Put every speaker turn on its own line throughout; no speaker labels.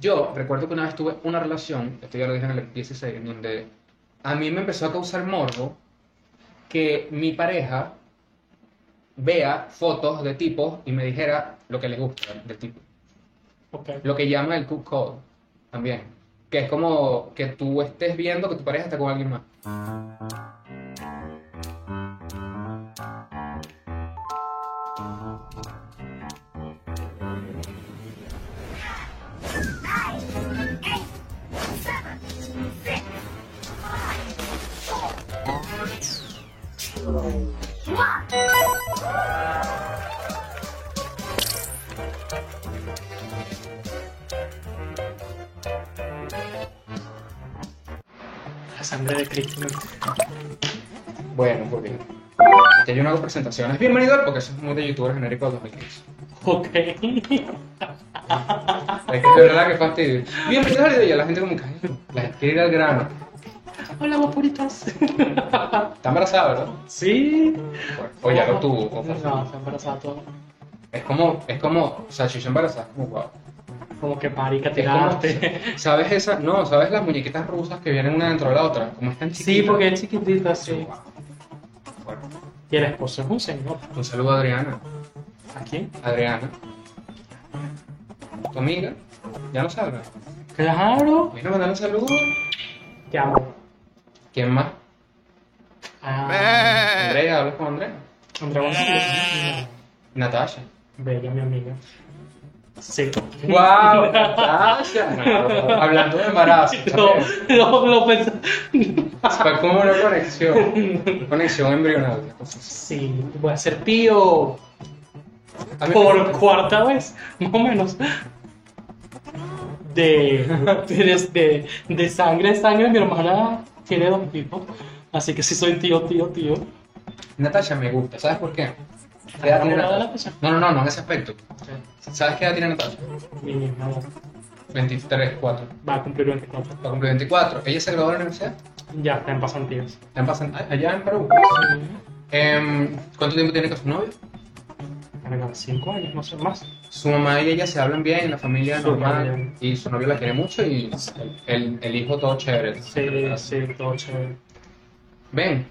Yo recuerdo que una vez tuve una relación, esto ya lo dije en el 16, en donde a mí me empezó a causar morbo que mi pareja vea fotos de tipos y me dijera lo que les gusta del tipo.
Ok.
Lo que llaman el cook call también. Que es como que tú estés viendo que tu pareja está con alguien más.
La sangre de Cristo.
Bueno, porque ya yo no hago presentaciones. Bienvenido al porque eso es muy de youtuber genérico del 2015.
Ok.
Es que de verdad que fastidio. Bienvenido al video. La gente como que "Ay, la gente quiere ir al grano.
Hola, guapuritas.
Está embarazada, ¿verdad?
sí.
Bueno, O ya lo tuvo. o fue así.
No, se embarazada todo.
Es como, es como, o sea, si se embarazada, es como guau.
Como que marica,
Es como-
tiraste.
¿Sabes esa? No, ¿sabes las muñequitas rusas que vienen una dentro de la otra? Como están chiquitas.
Sí, porque es chiquitita, sí.
Guau. Bueno,
Y el esposo es un señor.
un saludo a Adriana.
¿A quién?
Adriana. Tu amiga. Ya no salga.
Claro.
Mira, mandar un saludo.
Te amo.
¿Quién más?
Ah,
Andrea, hablas con Andrea.
Andrea González.
Natasha.
Bella, mi amiga. Sí.
¡Wow! ¡Natasha! No, hablando de embarazo.
No,
¿sabes?
no, lo pensé.
Fue como una conexión. Conexión embrional. una cosa así.
Sí, voy a ser pío
A mí-
por cuarta vez, más o menos. De, de, de, de sangre, sangre, mi hermana tiene dos tipos. Así que sí soy tío, tío, tío.
Natasha me gusta, ¿sabes por qué? ¿Qué edad tiene
¿Enamorada de
Natasha? No, no, no, no en ese aspecto. ¿Sabes qué edad tiene Natasha?
Mi misma edad.
23, 4.
va a cumplir 24.
Va a cumplir 24. Ella se graduó de la universidad.
Ya está en pasantías.
Está en Pasan- ah, allá en Perú. Em, ¿Cuánto tiempo tiene con su novio?
Cargan 5 años, no sé más.
Su mamá y ella se hablan bien, la familia
Súper
normal.
bien.
Y su novio la quiere mucho y el, el hijo todo chévere.
Sí, sí, todo chévere.
Ven.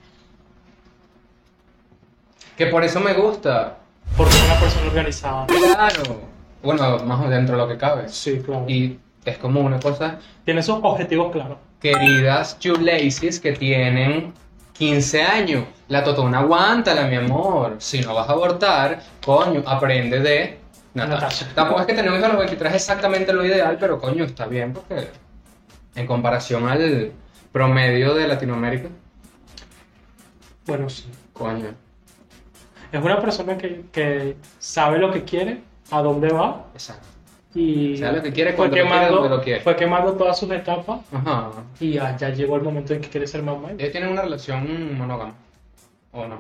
Que por eso me gusta.
Porque es una persona organizada.
Claro. Bueno, más o dentro de lo que cabe.
Sí, claro.
Y es como una cosa
Tiene sus objetivos claros.
queridas shoelaces que tienen 15 años. La totona aguántala, mi amor. Si no vas a abortar, coño, aprende de Natasha.
Natasha.
Tampoco es que tener un hijo a los 23 es exactamente lo ideal, pero coño, está bien porque en comparación al promedio de Latinoamérica,
Bueno, sí.
coño,
Es una persona que, que sabe lo que quiere, a dónde va
exacto.
y
Sabe lo que quiere,
fue
cuando lo quiere,
quemando,
dónde lo quiere.
fue quemando todas sus etapas
Ajá.
y ya, ya llegó el momento en que quiere ser mamá.
Ellos tienen una relación monógama, ¿o no?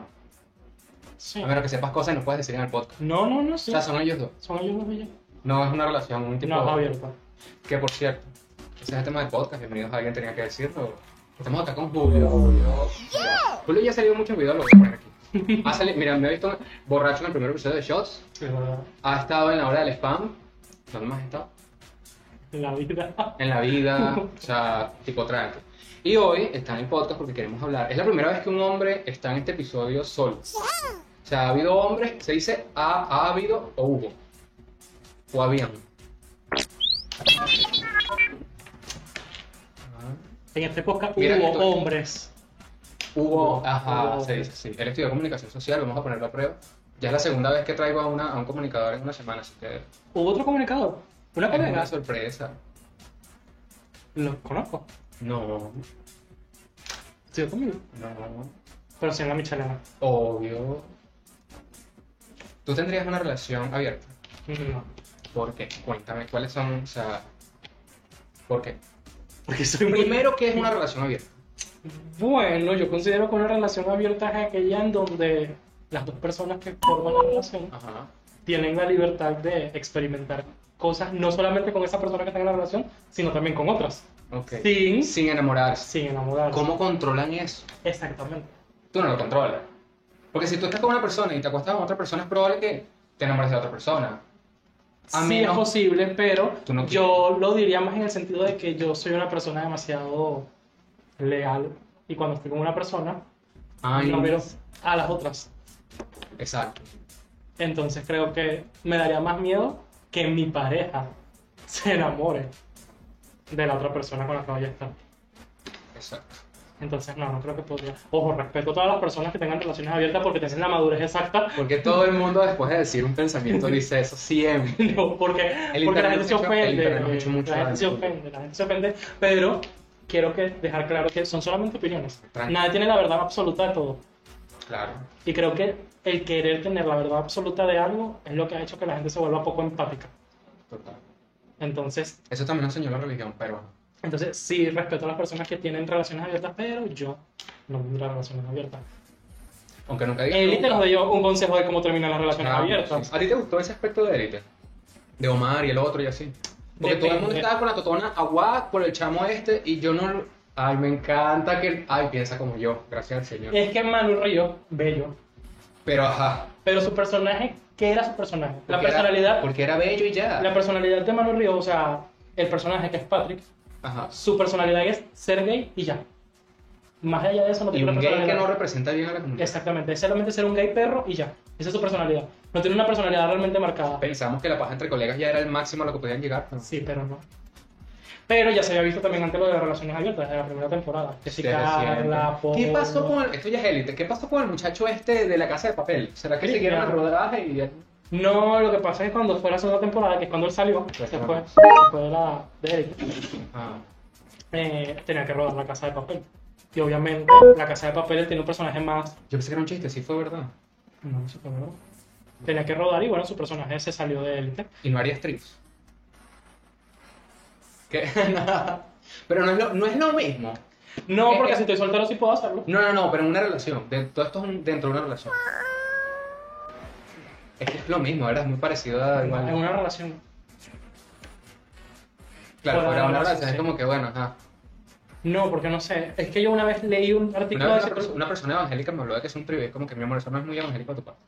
Sí.
A menos que sepas cosas y no puedes decir en el podcast.
No, no, no, sí.
O sea, son ellos dos.
Son ellos dos y ya.
No es una relación un tipo
No, abierta.
Que por cierto, ese es el tema del podcast. Bienvenidos a alguien tenía que decirlo. Estamos acá con Julio. Julio, Julio ya ha salido en muchos videos, lo voy a poner aquí. Ha salido- mira, me ha visto borracho en el primer episodio de Shots.
Es verdad.
Ha estado en la hora del spam. ¿Dónde más ha estado?
La vida.
En la vida, o sea, tipo tranque. Y hoy está en el podcast porque queremos hablar. Es la primera vez que un hombre está en este episodio solo. O sea, ha habido hombres, se dice ha, ha habido o hubo. O habían.
En esta época
Mira,
hubo
esto-
hombres.
Hubo,
Hubo,
ajá,
hubo.
se dice, sí. Él estudió comunicación social, vamos a ponerlo a prueba. Ya es la segunda vez que traigo a, una, a un comunicador en una semana, así que es
¿Hubo otro comunicador? ¿Una
una
colega?
sorpresa.
Los conozco.
No,
Estudió conmigo.
no,
Pero sí en la Michelena.
obvio. ¿Tú tendrías una relación abierta?
No.
¿Por qué? Cuéntame, ¿cuáles son, o sea, por qué?
Porque soy muy
Primero, ¿qué es una relación abierta?
Bueno, yo considero que una relación abierta es aquella en donde las dos personas que forman la relación
Ajá.
tienen la libertad de experimentar cosas no solamente con esa persona que está en la relación, sino también con otras,
Ok.
sin,
Sin enamorarse.
sin enamorarse.
¿Cómo controlan eso?
Exactamente.
Tú no lo controlas. Porque si tú estás con una persona y te acuestas con otra persona, es probable que te enamores de otra persona. A
sí
menos-
es posible, pero
Tú no
yo lo diría más en el sentido de que yo soy una persona demasiado leal y cuando estoy con una persona
Ay,
no miro a las otras.
Exacto.
Entonces creo que me daría más miedo que mi pareja se enamore de la otra persona con la que vaya a estar.
Exacto.
Entonces no, no creo que podría. Ojo, respeto a todas las personas que tengan relaciones abiertas porque tienen la madurez exacta.
Porque todo el mundo después de decir un pensamiento dice eso siempre.
No, porque,
El
porque la
internet
gente se
nos ha- el
ofende.
internet nos ha hecho
eh,
mucho
la gente se
daño.
ofende, la gente se ofende. Pero quiero que dejar claro que son solamente opiniones.
Tranqui.
Nadie tiene la verdad absoluta de todo.
Claro.
Y creo que el querer tener la verdad absoluta de algo es lo que ha hecho que la gente se vuelva poco empática.
Total.
Entonces,
Eso también nos enseñó la religión peruana.
entonces sí respeto a las personas que tienen relaciones abiertas, pero yo no miro las relaciones abiertas.
Aunque nunca digas.
Élite
nunca.
nos dio un consejo de cómo terminar las relaciones
Claro,
abiertas.
sí. ¿A ti te gustó ese aspecto de élite? De Omar y el otro y así. Porque todo el mundo
Depende.
estaba con la totona aguada por el chamo este y yo no. lo- Ay, me encanta que. Ay, piensa como yo, gracias al Señor.
Es que Manu Río, bello,
Pero ajá.
pero su personaje, ¿qué era su personaje? La
porque era-
personalidad
porque era bello y ya.
La personalidad de Manuel Río, o sea, el personaje que es Patrick,
Ajá.
su personalidad es ser gay y ya. Más allá de eso no
Y
tiene
un
una
gay que no
personalidad.
representa bien a la comunidad.
Exactamente, es solamente ser un gay perro y ya. Esa es su personalidad. No tiene una personalidad realmente marcada.
Pensamos que la paja entre colegas ya era el máximo a lo que podían llegar. pero-
Sí, pero no. Pero ya se había visto también antes lo de las relaciones abiertas, de la primera temporada. Que si
Desde
Carla,
siempre. ¿Qué
Polo.
pasó con el, esto ya es élite, ¿qué pasó con el muchacho este de la casa de papel? ¿Será que
Sí,
siguieron las
claro.
rodadas y
No, lo que pasa es que cuando fue la segunda temporada, que es cuando él salió,
Ya está.
después, después de la de Eric,
ah,
eh, tenía que rodar la casa de papel. Y obviamente la casa de papel él tiene un personaje más
yo pensé que era un chiste, sí fue verdad.
No, eso fue verdad. Tenía que rodar y bueno, su personaje se salió de élite.
Y no haría strips. ¿Qué? pero no es, lo, no es lo mismo.
No,
Eh,
porque
eh.
si estoy soltero sí puedo hacerlo.
No, no, no, pero en una relación. de- todo esto es un- dentro de una relación. Es que es lo mismo, ¿verdad? Es muy parecido a
En
igual.
una relación.
Claro,
Fuera de
fuera de una
la
relación
relación,
es como que bueno, ajá.
No, porque no sé. Es que yo una vez leí un
Una,
artículo
vez una,
de ese-
perso- una persona evangélica me habló de que es un trivi, es como que mi amor, eso no es muy evangélico a tu parte.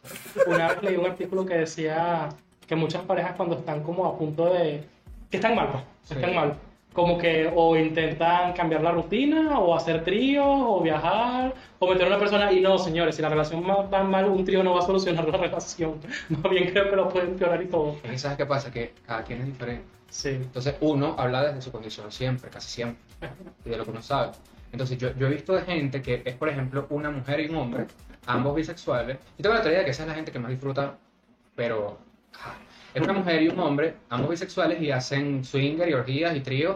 una vez leí un artículo que decía que muchas parejas cuando están como a punto de que están mal, pues,
Sí.
están mal, como que o intentan cambiar la rutina o hacer tríos o viajar o meter a una persona y no, señores, si la relación ma- va mal, un trío no va a solucionar la relación. Más bien creo que lo puede empeorar y todo.
Es que sabes qué pasa, que cada quien es diferente.
Sí.
Entonces uno habla desde su condición siempre, casi siempre, y de lo que uno sabe. Entonces yo, yo he visto de gente que es, por ejemplo, una mujer y un hombre, ambos bisexuales. Yo tengo la teoría de que esa es la gente que más disfruta, pero ja, es una mujer y un hombre, ambos bisexuales, y hacen swinger y orgías y tríos.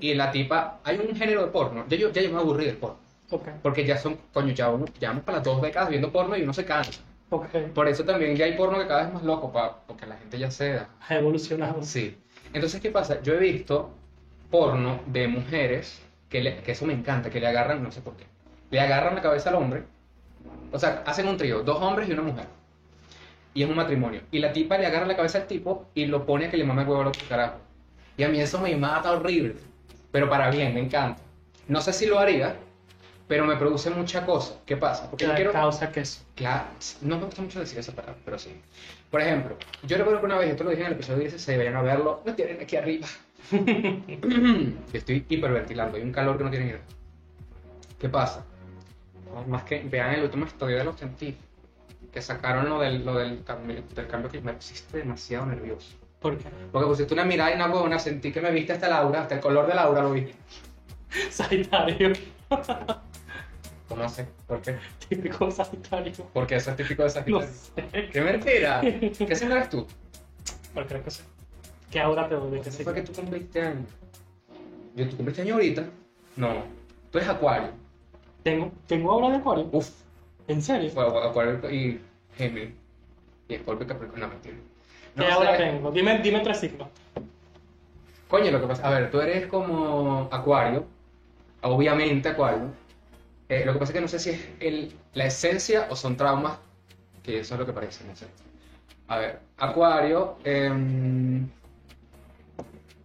Y la tipa, hay un género de porno. Ya yo, ya yo me aburrí del porno,
Ok.
porque ya son, coño, ya vamos, ya vamos para las dos décadas viendo porno y uno se cansa.
Ok.
Por eso también ya hay porno que cada vez más loco, pa- porque la gente ya se da.
ha evolucionado.
Sí. Entonces, ¿qué pasa? Yo he visto porno de mujeres, que, le- que eso me encanta, que le agarran, no sé por qué, le agarran la cabeza al hombre. O sea, hacen un trío, dos hombres y una mujer. Y es un matrimonio. Y la tipa le agarra la cabeza al tipo y lo pone a que le mame el huevo al otro carajo. Y a mí eso me mata horrible. Pero para bien, me encanta. No sé si lo haría, pero me produce mucha cosa. ¿Qué pasa? Porque yo
La
quiero...
causa que es.
Claro, no me gusta mucho decir esa palabra, pero sí. Por ejemplo, yo recuerdo que una vez, esto lo dije en el episodio 16, deberían no verlo, no tienen aquí arriba. Yo estoy hiperventilando, hay un calor que no tienen idea. ¿Qué pasa? Nada Más que vean el último estudio de los científicos, que sacaron lo del, lo del, cambio, del cambio climático, sí estoy demasiado nervioso.
Porque
Porque pusiste una mirada y una huevona, sentí que me viste hasta el aura, hasta el color del aura lo vi.
Sagitario,
¿Cómo sé? ¿Por qué?
típico Sagitario.
Porque eso es típico de esa
No
gente.
sé,
¡Qué mentira! ¿Qué signo eres tú?
pero creo que sí. Que ahora te doy que
¿Cuándo
sí.
fue que tú cumpliste año? Yo, ¿tú cumpliste año ahorita? No. Tú eres acuario.
Tengo, tengo obra de acuario.
Uf.
¿En serio?
Fue acu- acuario y Géminis. Y Scorpio y Capricornio. No, mentira. No
¿Qué ahora
sé.
tengo? Dime, dime tres signos.
Coño, lo que pasa... A ver, tú eres como acuario. Obviamente acuario. Eh, lo que pasa es que no sé si es el, la esencia o son traumas. Que eso es lo que parece, no sé. A ver, acuario, em,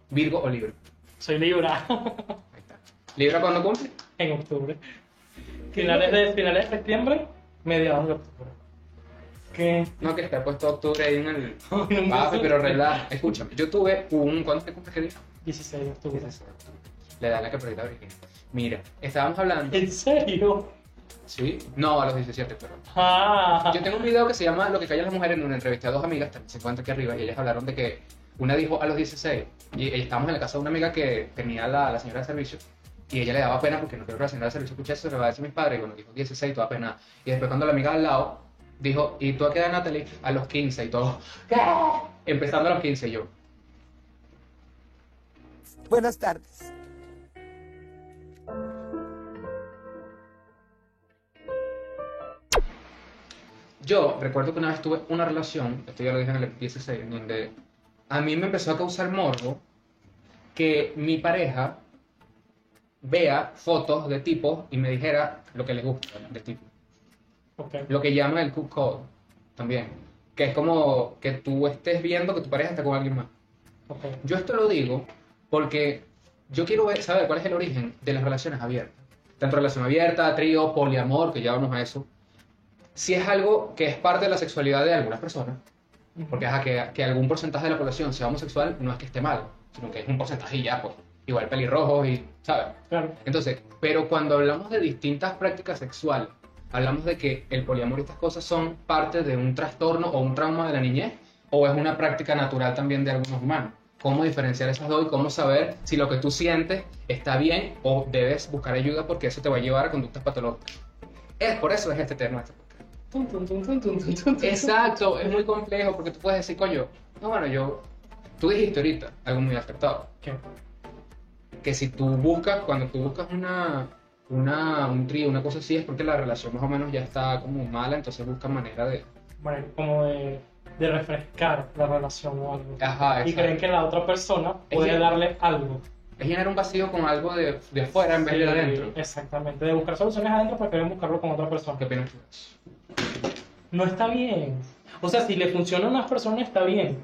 Virgo o Libra.
Soy Libra
Ahí está. ¿Libra cuándo cumple?
en octubre. Finales de, finales de septiembre, mediados de octubre. ¿Qué?
No, que está puesto octubre ahí en el.
No me
Papi,
hace-
pero relaja. Escúchame, yo tuve un. ¿Cuándo te cumples que día?
16 de octubre.
Le da la caperucita a Virginia. Mira, estábamos hablando.
¿En serio?
Sí. No, a los 17, perdón.
Ah.
Yo tengo un video que se llama Lo que callan las mujeres en una entrevista a dos amigas, también se encuentra aquí arriba, y ellas hablaron de que una dijo a los 16, y estábamos en la casa de una amiga que tenía la, la señora de servicio, y ella le daba pena porque no creo que la señora de servicio escuche eso, se lo va a decir a mis padres, y bueno, dijo 16, toda pena. Y después cuando la amiga al lado dijo, ¿y tú a qué edad, Natalie? A los 15, y todo, ¿qué? Empezando a los 15, y yo.
Buenas tardes.
Yo recuerdo que una vez tuve una relación, esto ya lo dije en el 16, en donde a mí me empezó a causar morbo que mi pareja vea fotos de tipos y me dijera lo que les gusta de tipo.
Ok.
Lo que llaman el cook call también. Que es como que tú estés viendo que tu pareja está con alguien más.
ok.
Yo esto lo digo porque yo quiero ver- saber cuál es el origen de las relaciones abiertas. Tanto relación abierta, trío, poliamor, que ya vamos a eso. Si es algo que es parte de la sexualidad de algunas personas, porque ajá, que, que algún porcentaje de la población sea homosexual no es que esté mal, sino que es un porcentaje y ya, pues. Igual pelirrojos y, ¿sabes?
Claro.
Entonces, pero cuando hablamos de distintas prácticas sexuales, hablamos de que el poliamor y estas cosas son parte de un trastorno o un trauma de la niñez, o es una práctica natural también de algunos humanos. ¿Cómo diferenciar esas dos y cómo saber si lo que tú sientes está bien o debes buscar ayuda porque eso te va a llevar a conductas patológicas? Es por eso es este tema.
Tum, tum, tum, tum, tum, tum, tum.
Exacto, es muy complejo porque tú puedes decir, coño, no, bueno, yo, tú dijiste ahorita algo muy afectado
¿Qué?
que si tú buscas, cuando tú buscas una, una, un trío, una cosa así, es porque la relación más o menos ya está como mala, entonces buscas manera de...
Bueno, como de, de refrescar la relación o algo.
Ajá,
y
Ah, exacto.
creen que la otra persona puede
que-
darle algo.
Es llenar un vacío con algo de, de afuera en vez de
Sí,
adentro.
Exactamente. De buscar soluciones adentro, prefieren buscarlo con otra persona.
¿Qué opinas tú? de eso?
No está bien. O sea, si le funciona a una persona, está bien.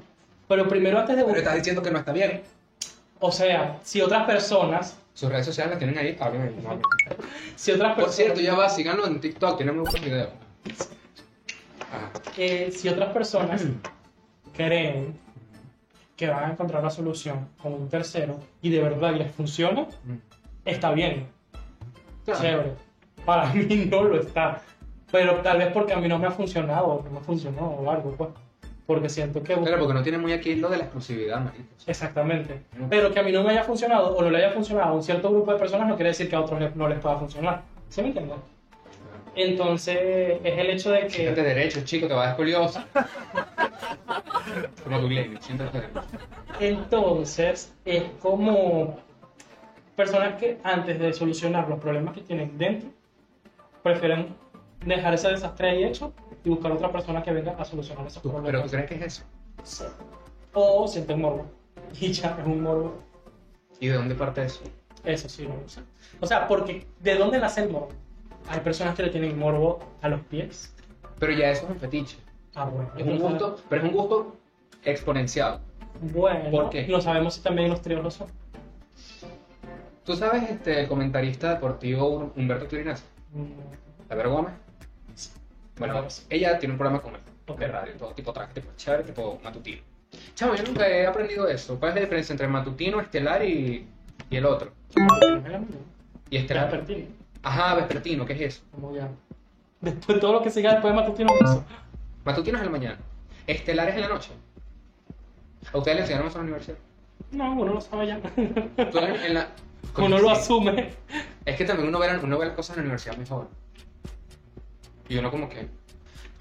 Pero primero antes de
Pero
buscar.
estás diciendo que no está bien.
O sea, si otras personas.
Sus redes sociales las tienen ahí. hablen ahí, no hablen.
Si otras
Por
personas.
cierto, ya va, síganlo en TikTok, tienen muy buenos videos. Ajá.
eh, si otras personas creen que van a encontrar la solución con un tercero y de verdad les funciona,
Mm.
está bien,
Claro.
chévere. Para mí no lo está. Pero tal vez porque a mí no me ha funcionado, no me funcionó o algo, pues. Porque siento que.
Claro, porque no tiene muy aquí lo de la exclusividad, marico.
Exactamente.
Mm.
Pero que a mí no me haya funcionado o no le haya funcionado a un cierto grupo de personas no quiere decir que a otros le- no les pueda funcionar. ¿Sí me entiendes? Entonces, es el hecho de
Siéntate
que
derecho, chico, te vas a escoliosis. Como tu Glenn, siéntate derecho.
entonces es como personas que antes de solucionar los problemas que tienen dentro, prefieren dejar ese desastre ahí hecho y buscar otra persona que venga a solucionar esos
Tú- ¿Pero tú
problemas.
crees que es eso?
Sí. O sienten morbo. Y ya es un morbo.
¿Y de dónde parte eso?
Eso sí, no lo sé. O sea, porque ¿de dónde nace el morbo? Hay personas que le tienen morbo a los pies.
Pero ya eso es un fetiche.
Ah, bueno.
Es un gusto, pero es un gusto exponenciado.
Bueno,
¿Por qué?
no sabemos si también los tríos lo son.
¿Tú sabes este, el comentarista deportivo Hum- Humberto Turinaza?
Mm,
¿La Vero Gómez? Bueno, ella tiene un programa con él,
Ok.
de radio, todo tipo traje, tipo chévere, tipo matutino. Chavo, yo nunca he aprendido eso. ¿Cuál es la diferencia entre matutino, estelar y, y el otro? Y
Era
estelar.
Pertini,
Ajá, vespertino, ¿qué es eso?
como ya. Después todo lo que siga después de Matutino eso.
Matutino es en la mañana. Estelar es en la noche. ¿A ustedes le enseñaron eso en la universidad?
No, uno lo sabe ya.
Tú en- en la-
uno lo
Sí.
asume.
Es que también uno ve, uno ve las cosas en la universidad mejor. Y uno como que...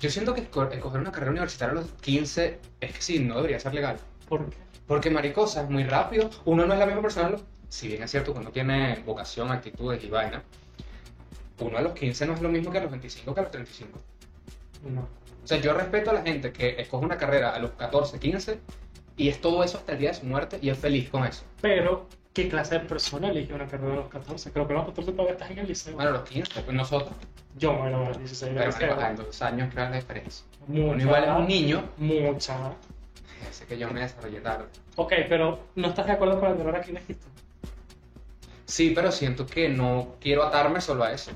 Yo siento que esco- escoger una carrera universitaria a los 15 es que sí, no debería ser legal.
¿Por qué?
Porque maricosa es muy rápido. Uno no es la misma persona. a los- Si bien es cierto que uno tiene vocación, actitudes y vaina, uno a los 15 no es lo mismo que a los 25 que a los 35.
No.
O sea, yo respeto a la gente que escoge una carrera a los 14, 15 y es todo eso hasta el día de su muerte y es feliz con eso.
Pero, ¿qué clase de persona elige una carrera a los 14? Creo que a los 14 todavía estás en el liceo.
Bueno, a los 15, pues nosotros.
Yo me lo
Pero
16 de
marico,
liceo.
en dos años crean la diferencia.
Mucha,
Uno igual es un niño
Mucha.
Eh, Sé que yo me desarrollé tarde.
Ok, pero ¿no estás de acuerdo con la carrera que elegiste?
Sí, pero siento que no quiero atarme solo a eso.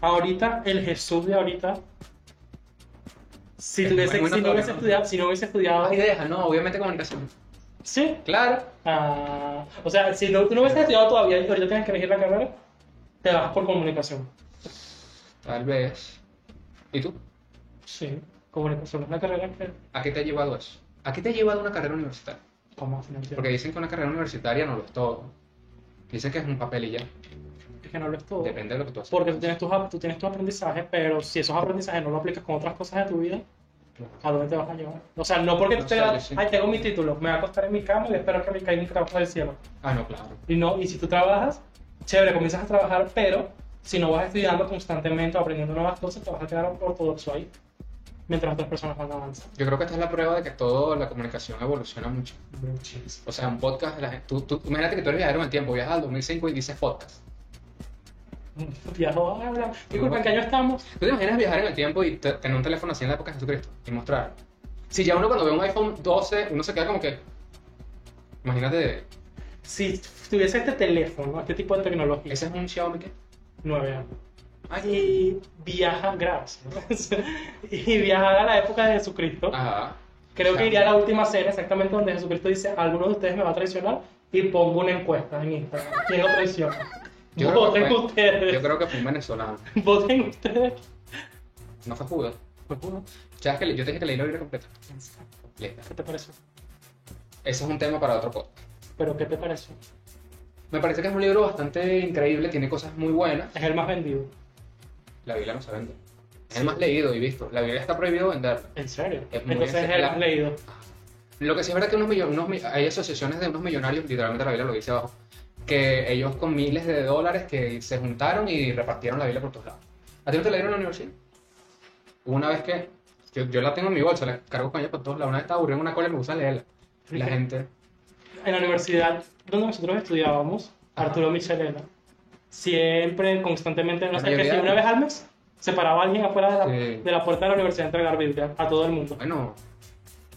Ahorita, el Jesús de ahorita Si, tuviese-
Bueno,
si no hubiese
todavía.
estudiado, si no hubiese estudiado,
Ay, deja, no, obviamente comunicación.
sí.
Claro.
Ah, o sea, si no, tú no hubieses estudiado todavía y ahorita tienes que elegir la carrera, te vas por comunicación.
Tal vez. ¿Y tú?
Sí, comunicación es una carrera que...
¿A qué te ha llevado eso? ¿A qué te ha llevado una carrera universitaria?
¿Cómo? No entiendo.
Porque dicen que una carrera universitaria no lo es todo. Dicen que es un papel y ya.
Es que no lo es todo.
Depende de lo que tú haces.
Oh. Porque tú tienes, tus, ap- tú tienes tus aprendizajes, pero si esos aprendizajes no los aplicas con otras cosas de tu vida, ¿a dónde te vas a llevar? O sea, no porque tú
No
te
sé,
digas,
yo sí.
ay, tengo mi título, me voy a acostar en mi cama y voy a esperar que me caiga un trabajo del cielo.
Ah, no, claro.
Y no, y si tú trabajas, chévere, comienzas a trabajar, pero si no vas estudiando constantemente o aprendiendo nuevas cosas, te vas a quedar ortodoxo ahí, mientras otras personas van avanzando.
Yo creo que esta es la prueba de que toda la comunicación evoluciona mucho.
Bruchis.
O sea, un podcast, la gente- tú, tú- imagínate que tú eres viajero en el tiempo, viajas al 2005 y dices podcast.
Viajo, habla. Disculpa, ¿en qué año estamos?
¿Tú te imaginas viajar en el tiempo y te- tener un teléfono así en la época de Jesucristo y mostrar? Si ya uno cuando ve un iPhone 12, uno se queda como que... Imagínate,
Si tuviese este teléfono, este tipo de tecnología,
ese es un Xiaomi que...
nueve años.
Ay,
y viaja, gracias, y viajar a la época de Jesucristo.
Ajá.
Creo que iría a la última cena, exactamente donde Jesucristo dice, alguno de ustedes me va a traicionar, y pongo una encuesta en Instagram. ¿Quién lo traiciona?
Yo creo, que
Voten
fue, yo
ustedes.
creo que fue un venezolano.
Voten ustedes.
No fue Judas.
Pues
¿Sabes que le- yo te dije que leí la Biblia completa? Leíla.
¿Qué te pareció?
Ese es un tema para otro podcast.
¿Pero qué te pareció?
Me parece que es un libro bastante increíble, tiene cosas muy buenas.
Es el más vendido.
La Biblia no se vende. Es el más leído y visto. La Biblia está prohibido venderla.
¿En serio?
Es muy
Entonces es el
la-
más leído.
Lo que sí es verdad que unos millo- unos mi- hay asociaciones de unos millonarios, literalmente la Biblia lo dice abajo, que ellos con miles de dólares que se juntaron y repartieron la Biblia por todos lados. ¿A ti no te la dieron en la universidad? Hubo Una vez que yo, yo la tengo en mi bolsa, la cargo con ella por todos lados. Una vez estaba aburrido en una cola y me gusta leerla. La gente,
En la universidad donde nosotros estudiábamos,
Ajá.
Arturo Michelena, siempre, constantemente, no
La
sé qué,
mayoría
si
de-
una vez al mes, se paraba alguien afuera de la,
Sí.
de la puerta de la universidad a entregar Biblia a todo el mundo.
bueno,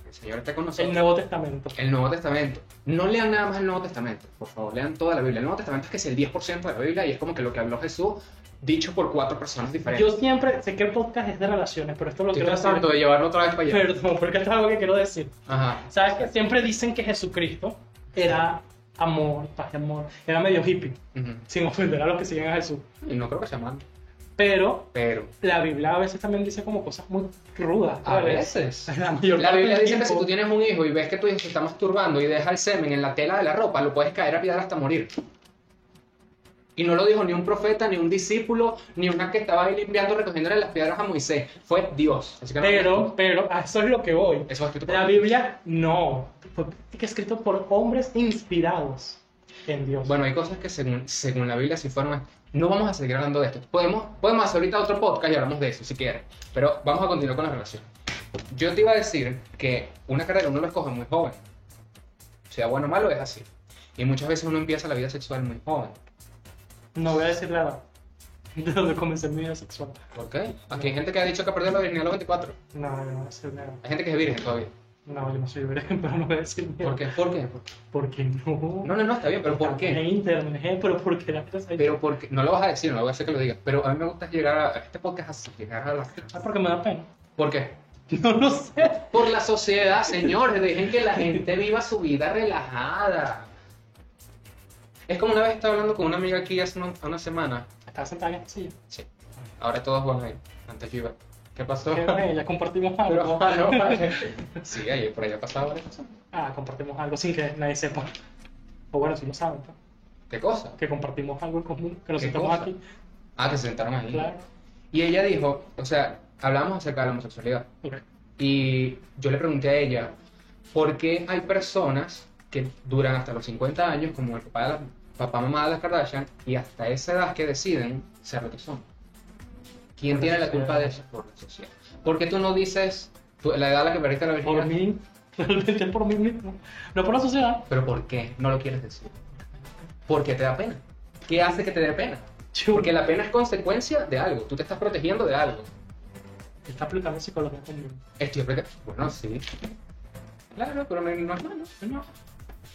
el Señor está con
El
nosotros.
Nuevo Testamento.
El Nuevo Testamento. No lean nada más el Nuevo Testamento, por favor, lean toda la Biblia. El Nuevo Testamento es que es el 10% de la Biblia y es como que lo que habló Jesús, dicho por cuatro personas diferentes.
Yo siempre sé que el podcast es de relaciones, pero esto lo
Estoy
quiero decir.
tratando de llevarlo otra vez para allá.
Perdón, porque esto es algo que quiero decir.
Ajá.
¿Sabes que siempre dicen que Jesucristo era amor, paz y amor? Era medio hippie,
Ujú.
sin ofender a los que siguen a Jesús.
Y no creo que sea malo.
Pero
Pero.
la Biblia a veces también dice como cosas muy crudas.
A
¿sabes?
veces.
La mayor
La
parte
Biblia
del
dice que si
tiempo.
tú tienes un hijo y ves que tu hijo se está masturbando y deja el semen en la tela de la ropa, lo puedes caer a piedra hasta morir. Y no lo dijo ni un profeta, ni un discípulo, ni una que estaba ahí limpiando, recogiéndole las piedras a Moisés. Fue Dios. Así que no-
Pero, pero, a eso es lo que voy.
Eso es escrito por
La
Dios.
Biblia no. Fue escrito por hombres inspirados en Dios.
Bueno, hay cosas que según, según la Biblia sí fueron. No vamos a seguir hablando de esto. Podemos, podemos hacer ahorita otro podcast y hablamos de eso si quieres. Pero vamos a continuar con la relación. Yo te iba a decir que una carrera uno la escoge muy joven. Sea bueno o malo, es así. Y muchas veces uno empieza la vida sexual muy joven.
No voy a decir nada de donde comencé mi vida sexual.
¿Por qué? Aquí hay gente que ha dicho que perdió la virginidad a los 24.
No, yo no voy a decir nada.
Hay gente que es virgen todavía.
No, yo no soy virgen, pero no voy a decir nada.
¿Por qué? ¿Por qué?
Porque no.
No, no, no, está bien, pero ¿por
En
qué?
internet, pero porque la gente se-
Pero porque, no lo vas a decir, no lo voy a hacer que lo digas. Pero a mí me gusta llegar a este podcast así, llegar a la...
Ah, porque me da pena.
¿Por qué?
No lo sé.
por la sociedad, señores. Dejen que la gente viva su vida relajada. Es como una vez estaba hablando con una amiga aquí hace una, una semana.
Estaba sentada en esta silla.
Sí. Ahora todos van ahí. Antes yo iba. ¿Qué pasó?
Qué bueno, eh, ya compartimos
Pero,
algo.
ah, no, vale. Sí, ahí, por allá pasaba varias cosas.
Ah, compartimos algo sin que nadie sepa. O bueno, si no saben, ¿no?
¿Qué cosa?
que compartimos algo en común, que nos
¿Qué
sentamos
cosa?
aquí.
Ah, que se sentaron ahí.
Claro.
Y ella dijo, o sea, hablamos acerca de la homosexualidad.
Ok.
Y yo le pregunté a ella, ¿por qué hay personas que duran hasta los 50 años, como el papá, de la- papá mamá de las Kardashian, y hasta esa edad que deciden ser lo que son? ¿Quién
Por
tiene
la
la culpa de eso?
sociedad.
Por la sociedad. ¿Por qué tú no dices tú- la edad a la que perdiste la
Por
virginidad?
mí, realmente por mí mismo. No por la sociedad.
¿Pero por qué no lo quieres decir? ¿Por qué te da pena? ¿Qué hace que te dé pena?
Chu,
Porque la pena es consecuencia de algo. Tú te estás protegiendo de algo.
está aplicando psicología conmigo.
Estoy prote- Bueno, sí. Claro, pero no, no es malo. No.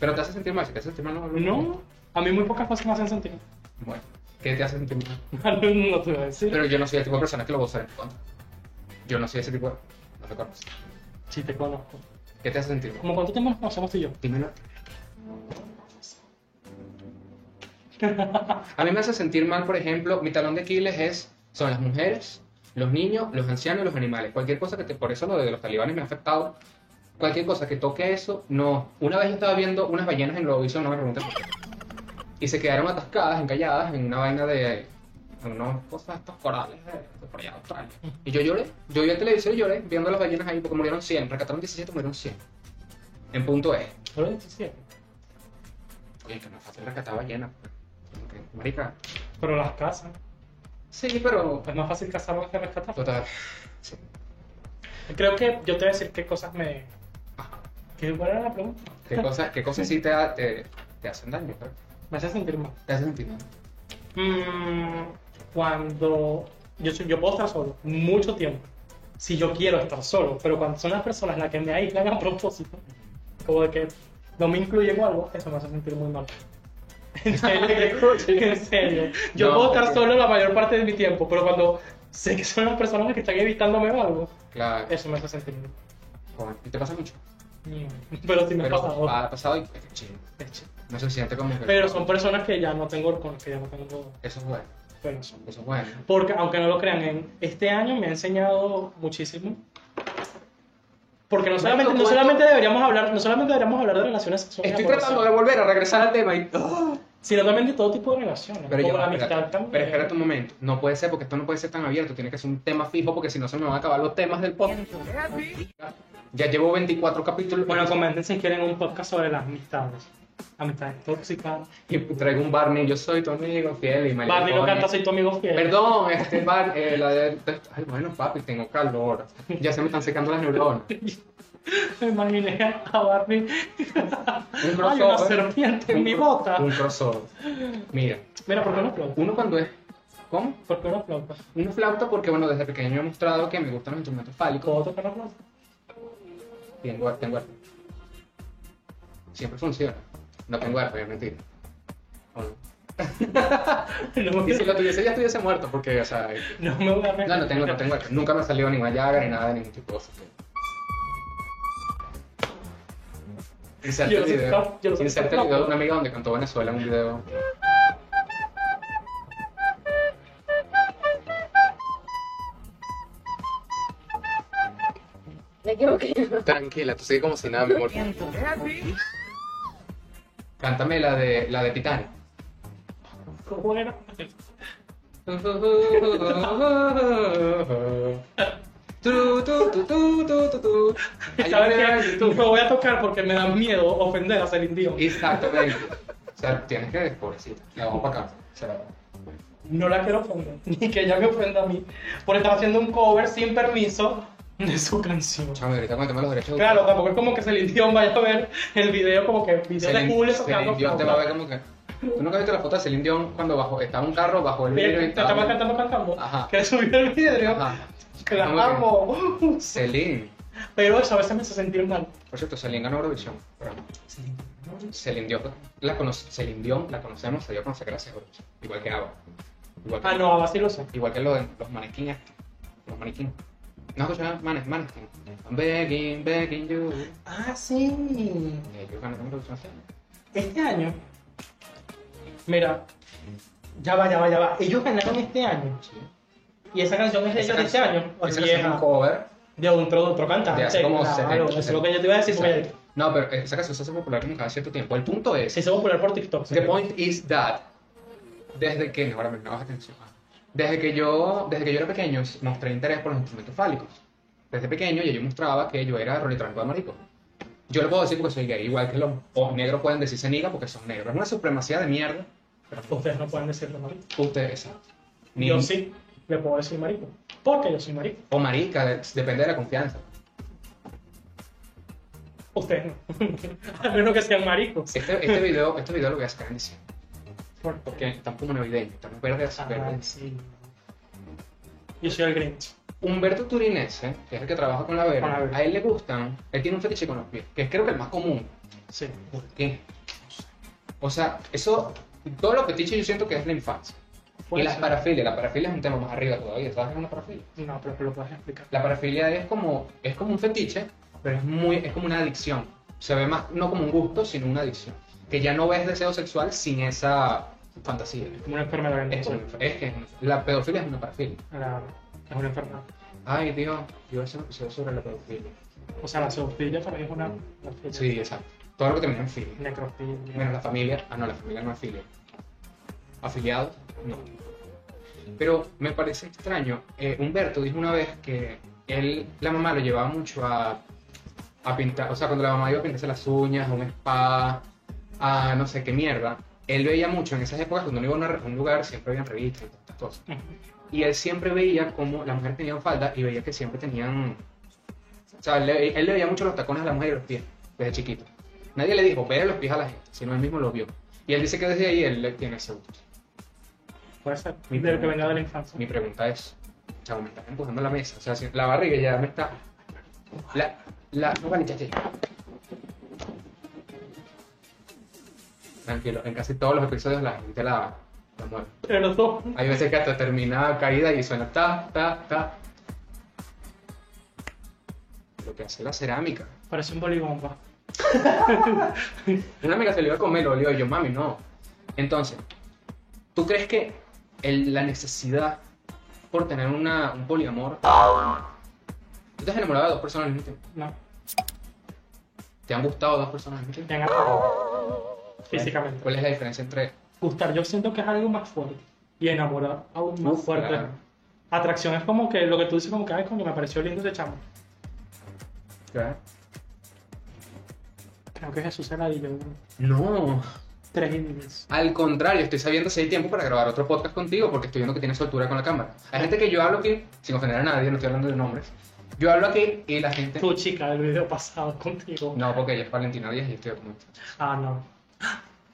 Pero te hace sentir mal. Si te hace sentir mal, no.
No, a mí muy pocas cosas me hacen sentir.
Bueno, ¿qué te hace sentir mal?
No te voy a decir.
Pero yo no soy el tipo de persona que lo va a usar en contra. Yo no soy ese tipo de... te conoces.
Sí, te conozco.
¿Qué te hace sentir?
¿Cómo cuánto tiempo nos conocemos tú y yo?
Dímelo. A mí me hace sentir mal, por ejemplo, mi talón de Aquiles es, son las mujeres, los niños, los ancianos y los animales. Cualquier cosa que te, por eso lo de los talibanes me ha afectado. Cualquier cosa que toque eso, no. Una vez yo estaba viendo unas ballenas en Globovisión, no me preguntes por qué. Y se quedaron atascadas, encalladas en una vaina de, en unas cosas, estos corales de, de por allá de Australia. Y yo lloré, yo vi el televisor y lloré, viendo las ballenas ahí, porque murieron 100, rescataron 17, murieron 100. En punto E.
Solo 17.
Oye, que no es fácil rescatar ballenas. Ok, Marica.
Pero las cazan.
Sí, pero...
Es más fácil cazarlas que rescatarlas.
Total. Sí.
Creo que yo te voy a decir qué cosas me. ¿Qué, ¿Cuál era la pregunta?
¿Qué cosas, qué cosas sí te, ha- te, te hacen daño? pero
Me hace sentir mal.
Te hacen sentir mal.
Mm, cuando yo, soy- yo puedo estar solo mucho tiempo, si yo quiero estar solo, pero cuando son las personas las que me aíslan a propósito, como de que no me incluyen o algo, eso me hace sentir muy mal. En serio, en serio. Yo
No,
puedo estar
ok.
solo la mayor parte de mi tiempo, pero cuando sé que son las personas las que están evitándome o algo,
Claro.
eso me hace sentir mal.
Joder, ¿Y te pasa mucho?
Mm, Pero si me ha
Pero
pasado.
ha pasado y es chido.
es chido.
No se siente como que...
Pero son personas que ya no tengo, con las que ya no tengo
Eso es bueno.
relación.
Eso es bueno.
Porque, aunque no lo crean, en este año me ha enseñado muchísimo. Porque no solamente, no
cuento.
solamente deberíamos hablar, no solamente deberíamos hablar de relaciones sexuales,
Estoy
amorosas,
tratando de volver a regresar al tema y... ¡ah!
sino también de todo tipo de relaciones,
Pero ya
como la
va,
amistad
espérate.
también.
Pero espérate un momento. No puede ser porque esto no puede ser tan abierto. Tiene que ser un tema fijo porque si no se me van a acabar los temas del podcast. Ya llevo 24 capítulos
Bueno, comenten si quieren un podcast sobre las amistades, amistades tóxicas.
y traigo un Barney. Yo soy tu amigo fiel y marica,
Barney no
coño.
canta, soy tu amigo fiel.
Perdón, este bar, eh, la de- Ay, bueno, papi, tengo calor. Ya se me están secando las neuronas.
Me imaginé a Barney.
Un
Hay una
crossover.
serpiente en
Un-
mi bota.
Un crossover. Mira,
Mira, ¿por qué no aplaudo?
uno cuando es. ¿Cómo?
¿Por qué no aplaudo?
Uno flauta porque, bueno, desde pequeño he mostrado que me gustan los instrumentos fálicos.
¿Puedo tocar la flauta?
Tengo, tengo arte. Siempre funciona. No tengo arte, es mentira. ¿O no?
No,
Y si lo tuviese, ya estuviese muerto porque, o sea.
no me voy a
No, no tengo, no tengo arte. Nunca me ha salido ninguna llaga ni nada, de ningún tipo de cosa. Inserte
Yo
el
lo sé,
video.
no, yo lo sé.
Inserte el video de una amiga donde cantó Venezuela en un video.
Me equivoqué.
Tranquila, tú sigue como si nada, mi amor. Cántame la de, la de Titanic.
¿Cómo era?
Tu, tu, tu, tu, tu, tu, tu. Hay un
¿Sabes
video
qué?
en YouTube.
Me voy a tocar porque me da miedo ofender a Celine Dion.
Exactamente. O sea, tienes que, pobrecita, la vamos para acá. O sea,
No la quiero ofender, ni que ella me ofenda a mí, por estar haciendo un cover sin permiso de su canción.
chame, ahorita cuéntame los derechos. de
Claro,
autor.
tampoco es como que Celine Dion vaya a ver el video como que video de
Celine-
Google
Celine
tocando
Dion te va a ver
flauta.
como que... ¿Tú nunca viste la foto de Celine Dion cuando bajó, estaba en un carro, bajó el
Mira,
vidrio y
Eh, te estaba
estaba...
cantando, cantando,
Ajá.
que subió el video,
Ajá.
que la
Muy bien.
amo.
Celine.
Pero eso a veces me hace sentir mal.
Por cierto, Celine ganó Eurovisión. pero Celine Dion la, cono- Celine Dion la conocemos, se dio a conocer gracias a Eurovisión. Igual que Ava. Igual que,
Ah, no, ahora sí lo sé.
Igual que lo de los maniquíes. Los maniquíes. ¿No escuchas manes, maneskin? I'm begging, begging you.
Ah, sí.
Ellos ganaron Eurovisión este año.
Este año. Mira. Ya va, ya va, ya va. Ellos ganaron este año.
Sí.
Y esa canción es de
Esa
ellos de este
canción-
año. O
esa
sea,
canción es un cover.
de otro, de otro cantante.
de hace como
claro,
70,
eso es lo que yo te iba a decir. porque
Exacto. No, pero esa canción se hace popular como cada cierto tiempo. El punto es,
se hizo popular por TikTok.
the
¿sí?
point is that, desde que, no, ahora mismo, no, baja atención. Desde que yo, desde que yo era pequeño, mostré interés por los instrumentos fálicos. Desde pequeño ya yo mostraba que yo era rolitranco de marico. Yo lo puedo decir porque soy gay, igual que los negros pueden decir nigga porque son negros. Es una supremacía de mierda. Pero
Ustedes no pueden decirlo marico.
ustedes, exacto. Ni-
Yo sí le puedo decir marico. Porque yo soy marico.
O marica, de- depende de la confianza.
Ustedes no. A menos que sean maricos.
Este, este, video, este video lo voy a sacar en diciembre.
¿Por
Porque estamos como navideños, estamos verdes,
Ah,
verdes.
sí. Yo soy el Grinch.
Humberto Turinese, que es el que trabaja con la
Con la
Vera,
Vera.
a él le gustan, él tiene un fetiche con los pies, que es creo que el más común.
Sí.
¿Por qué? O sea, eso, todos los fetiches yo siento que es la infancia. Y las parafilias, la parafilia es un tema más arriba todavía, ¿sabes qué es una parafilia?
No, pero que lo puedes explicar.
La parafilia es como, es como un fetiche, pero es, muy, es como una adicción. Se ve más, no como un gusto, sino una adicción. Que ya no ves deseo sexual sin esa fantasía.
Como una enfermedad. ¿no?
Es, una- es que es una- la pedofilia es una parafilia.
Claro, es una enfermedad.
Ay, Dios, yo hice un episodio sobre la pedofilia.
O sea, la zoofilia también es una.
Sí, exacto. Todo lo que termina en filia.
Necrofilia.
Menos la familia. Ah, no, la familia no es filia. Afiliados, no. Pero me parece extraño. eh, Humberto dijo una vez que él, la mamá lo llevaba mucho a, a pintar. O sea, cuando la mamá iba a pintarse las uñas, a un spa, a no sé qué mierda. Él veía mucho en esas épocas cuando uno iba a una- a un lugar, siempre había revistas y tantas cosas. Y él siempre veía como las mujeres tenían falda y veía que siempre tenían. O sea, él le, él le veía mucho los tacones a las mujeres y los pies desde chiquito. Nadie le dijo, ve los pies a la gente, sino él mismo los vio. Y él dice que desde ahí él le tiene ese gusto.
Puede ser.
Mi
de lo que
pregunta.
venga de la infancia.
Mi pregunta es, chavo, me estás empujando la mesa. O sea, si- la barriga ya me está... La... La... No vale, chachi. Tranquilo, en casi todos los episodios la gente la, la mueve.
Pero no.
Hay veces que hasta termina caída y suena ta, ta, ta. Lo que hace la cerámica.
Parece un bolibomba.
Una amiga se lo iba a comer, lo olió yo, mami, no. Entonces, ¿tú crees que el- la necesidad por tener una, un poliamor... Tú te has enamorado de dos personas al mismo tiempo.
No.
¿Te han gustado dos personas al mismo tiempo?
Me han atacado. Físicamente.
¿Cuál es la diferencia entre...
Gustar, yo siento que es algo más fuerte. Y enamorar aún más
Uf,
fuerte.
claro.
Atracción es como que lo que tú dices, como que, ay, coño, me pareció lindo ese chamo. Creo que Jesús era y yo.
No.
Tres innings.
Al contrario, estoy sabiendo si hay tiempo para grabar otro podcast contigo porque estoy viendo que tienes soltura con la cámara. Hay gente que yo hablo aquí, sin ofender a nadie, no estoy hablando de nombres. Yo hablo aquí y la gente...
Tu chica del video pasado contigo.
No, porque ella es Valentina Díaz y yo estoy como...
Ah, no.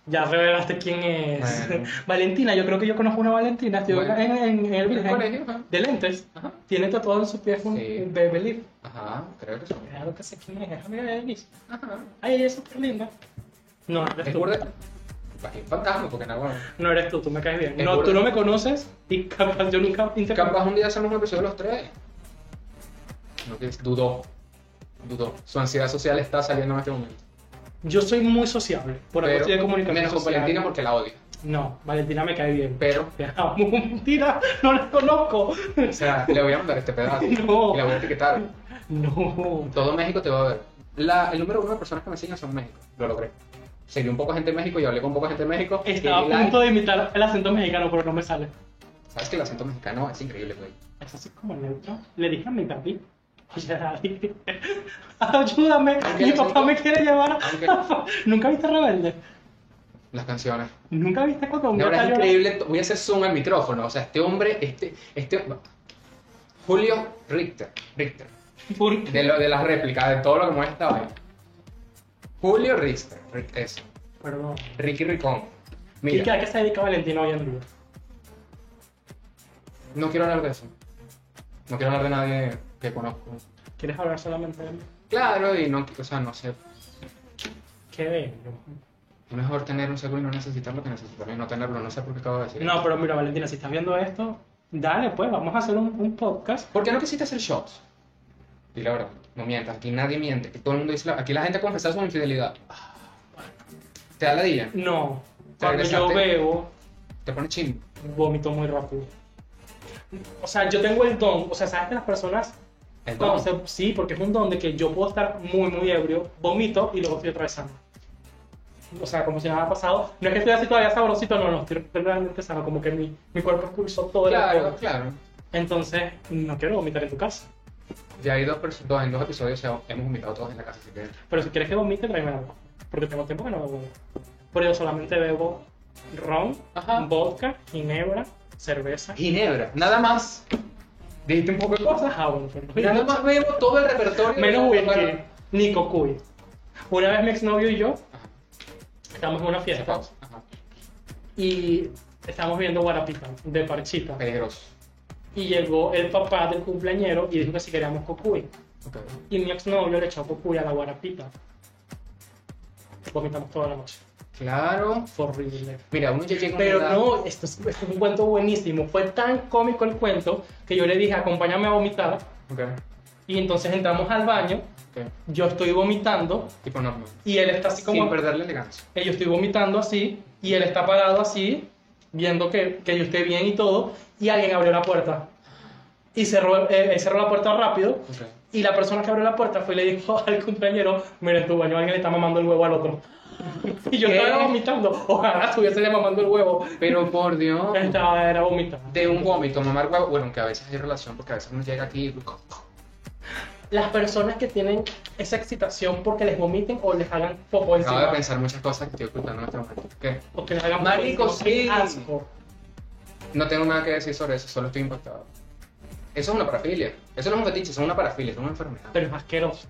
Ya revelaste quién es.
Bueno.
Valentina, yo creo que yo conozco una Valentina. Estudió
Bueno.
en, en- en el
¿En el
Virgen.
colegio? ajá.
De lentes.
Ajá.
Tiene tatuado en su pie un
Sí.
un Baby Leaf.
Ajá, creo que sí.
Claro que sé quién es. Es amiga de Denise.
Ajá.
Ay, ella es súper linda. No, no eres
Es
tú.
burda. Vas un fantasma, porque nada, bueno.
No eres tú, tú me caes bien.
Es
no,
burda.
tú no me conoces y capaz yo nunca intercambié.
Capaz un día hacemos un episodio los tres. No, que es- dudó. Dudó. Su ansiedad social está saliendo en este momento.
Yo soy muy sociable. Por la
Pero,
cuestión de comunicación.
menos con
social.
Valentina porque la odia.
No, Valentina me cae bien.
Pero,
Te amo. Mentira, no la conozco.
o sea, le voy a mandar este pedazo.
No.
Y la voy a etiquetar.
No.
Todo México te va a ver. La- el número uno de personas que me siguen son México. Lo logré. Seguí un poco gente en México y hablé con poca gente en México.
Estaba
Y
a
like.
punto de imitar el acento mexicano, pero no me sale.
Sabes que el acento mexicano es increíble, güey.
Es así como neutro. Le dije a mi papi, oye, David, ayúdame,
Aunque
mi
el
papá
acento-
me quiere llevar.
Aunque-
¿Nunca viste Rebelde?
Las canciones.
¿Nunca viste cuando un
No,
gato
ahora es
llora?
increíble, voy a hacer zoom al micrófono. O sea, este hombre, este, este. Julio Richter, Richter,
¿Por qué?
de, lo, de las réplicas, de todo lo que mueve esta vaina. Julio Richter, Ri- eso.
Perdón.
Ricky Ricón.
¿Y qué-
Mira,
a qué se dedica Valentino hoy en día?
no quiero hablar de eso. No quiero hablar de nadie que conozco.
¿Quieres hablar solamente de mí?
Claro, y no, o sea, no sé.
Qué bello.
Es mejor tener un seguro y no necesitarlo que necesitarlo y no tenerlo. No sé por qué acabo de decir.
No,
eso.
pero mira, Valentina, si estás viendo esto, dale, pues, vamos a hacer un, un podcast.
¿Por qué no quisiste hacer shots? Y la verdad, no mientas, aquí nadie miente, que todo el mundo dice, la- aquí la gente ha confesado su infidelidad. Te da la dilla,
No.
¿Te
Cuando yo
regresaste?
bebo,
te pone chimbo.
vómito muy rápido. O sea, yo tengo el don. O sea, ¿sabes que las personas No, o
Entonces,
sea, sí, porque es un don de que yo puedo estar muy, muy ebrio, vomito y luego estoy atravesando. O sea, como si nada ha pasado. No es que estoy así todavía sabrosito, no, no, estoy realmente sano, como que mi, mi cuerpo expulsó todo el
claro,
alcohol.
claro.
Entonces, no quiero vomitar en tu casa.
Ya hay dos, pers- dos- en dos episodios se- hemos vomitado todos en la casa, así que
Pero si quieres que vomite, tráeme algo. Porque tengo tiempo que no bebo. Pero yo solamente bebo ron,
Ajá.
vodka, ginebra, cerveza.
Ginebra, nada más. Dijiste un poco de cosas.
Cosas, ah, bueno, pero-
Nada más vemos todo el repertorio.
Menos
Bueno,
whisky, ni cocuy. Una vez mi exnovio y yo
Ajá.
estábamos en una
se
fiesta.
pausa. Ajá.
y estábamos viendo Guarapita de Parchita.
Peligroso.
Y llegó el papá del cumpleañero y dijo que si queríamos cocuy.
Ok.
Y mi exnovio le echó cocuy a la Guarapita. Vomitamos toda la noche.
Claro.
Fue horrible.
Mira, uno ya llega a una
Pero
edad-
no, esto es, esto es un cuento buenísimo. Fue tan cómico el cuento que yo le dije, acompáñame a vomitar.
Ok,
Y entonces entramos al baño,
ok.
yo estoy vomitando
Tipo, no, no.
y él está así como...
Sin perder la elegancia.
Eh, yo estoy vomitando así y él está parado así, viendo que, que yo esté bien y todo, y alguien abrió la puerta. Y cerró, eh, él cerró la puerta rápido
Ok.
y la persona que abrió la puerta fue y le dijo al compañero, mira, en tu baño alguien le está mamando el huevo al otro. Y yo
¿Qué?
estaba vomitando, ojalá estuviese le mamando el huevo.
Pero por Dios.
Estaba, era vomitando.
De un vómito, mamar huevo. Bueno, aunque a veces hay relación, porque a veces uno llega aquí y.
Las personas que tienen esa excitación porque les vomiten o les hagan
Acabo
poco
de
encima,
pensar muchas cosas que estoy ocultando en este momento. ¿Qué?
o que les hagan
Marico,
popó encima, qué
sí.
asco.
No tengo nada que decir sobre eso, solo estoy impactado. Eso es una parafilia. Eso no es un fetiche, eso es una parafilia, eso es una enfermedad.
Pero es asqueroso.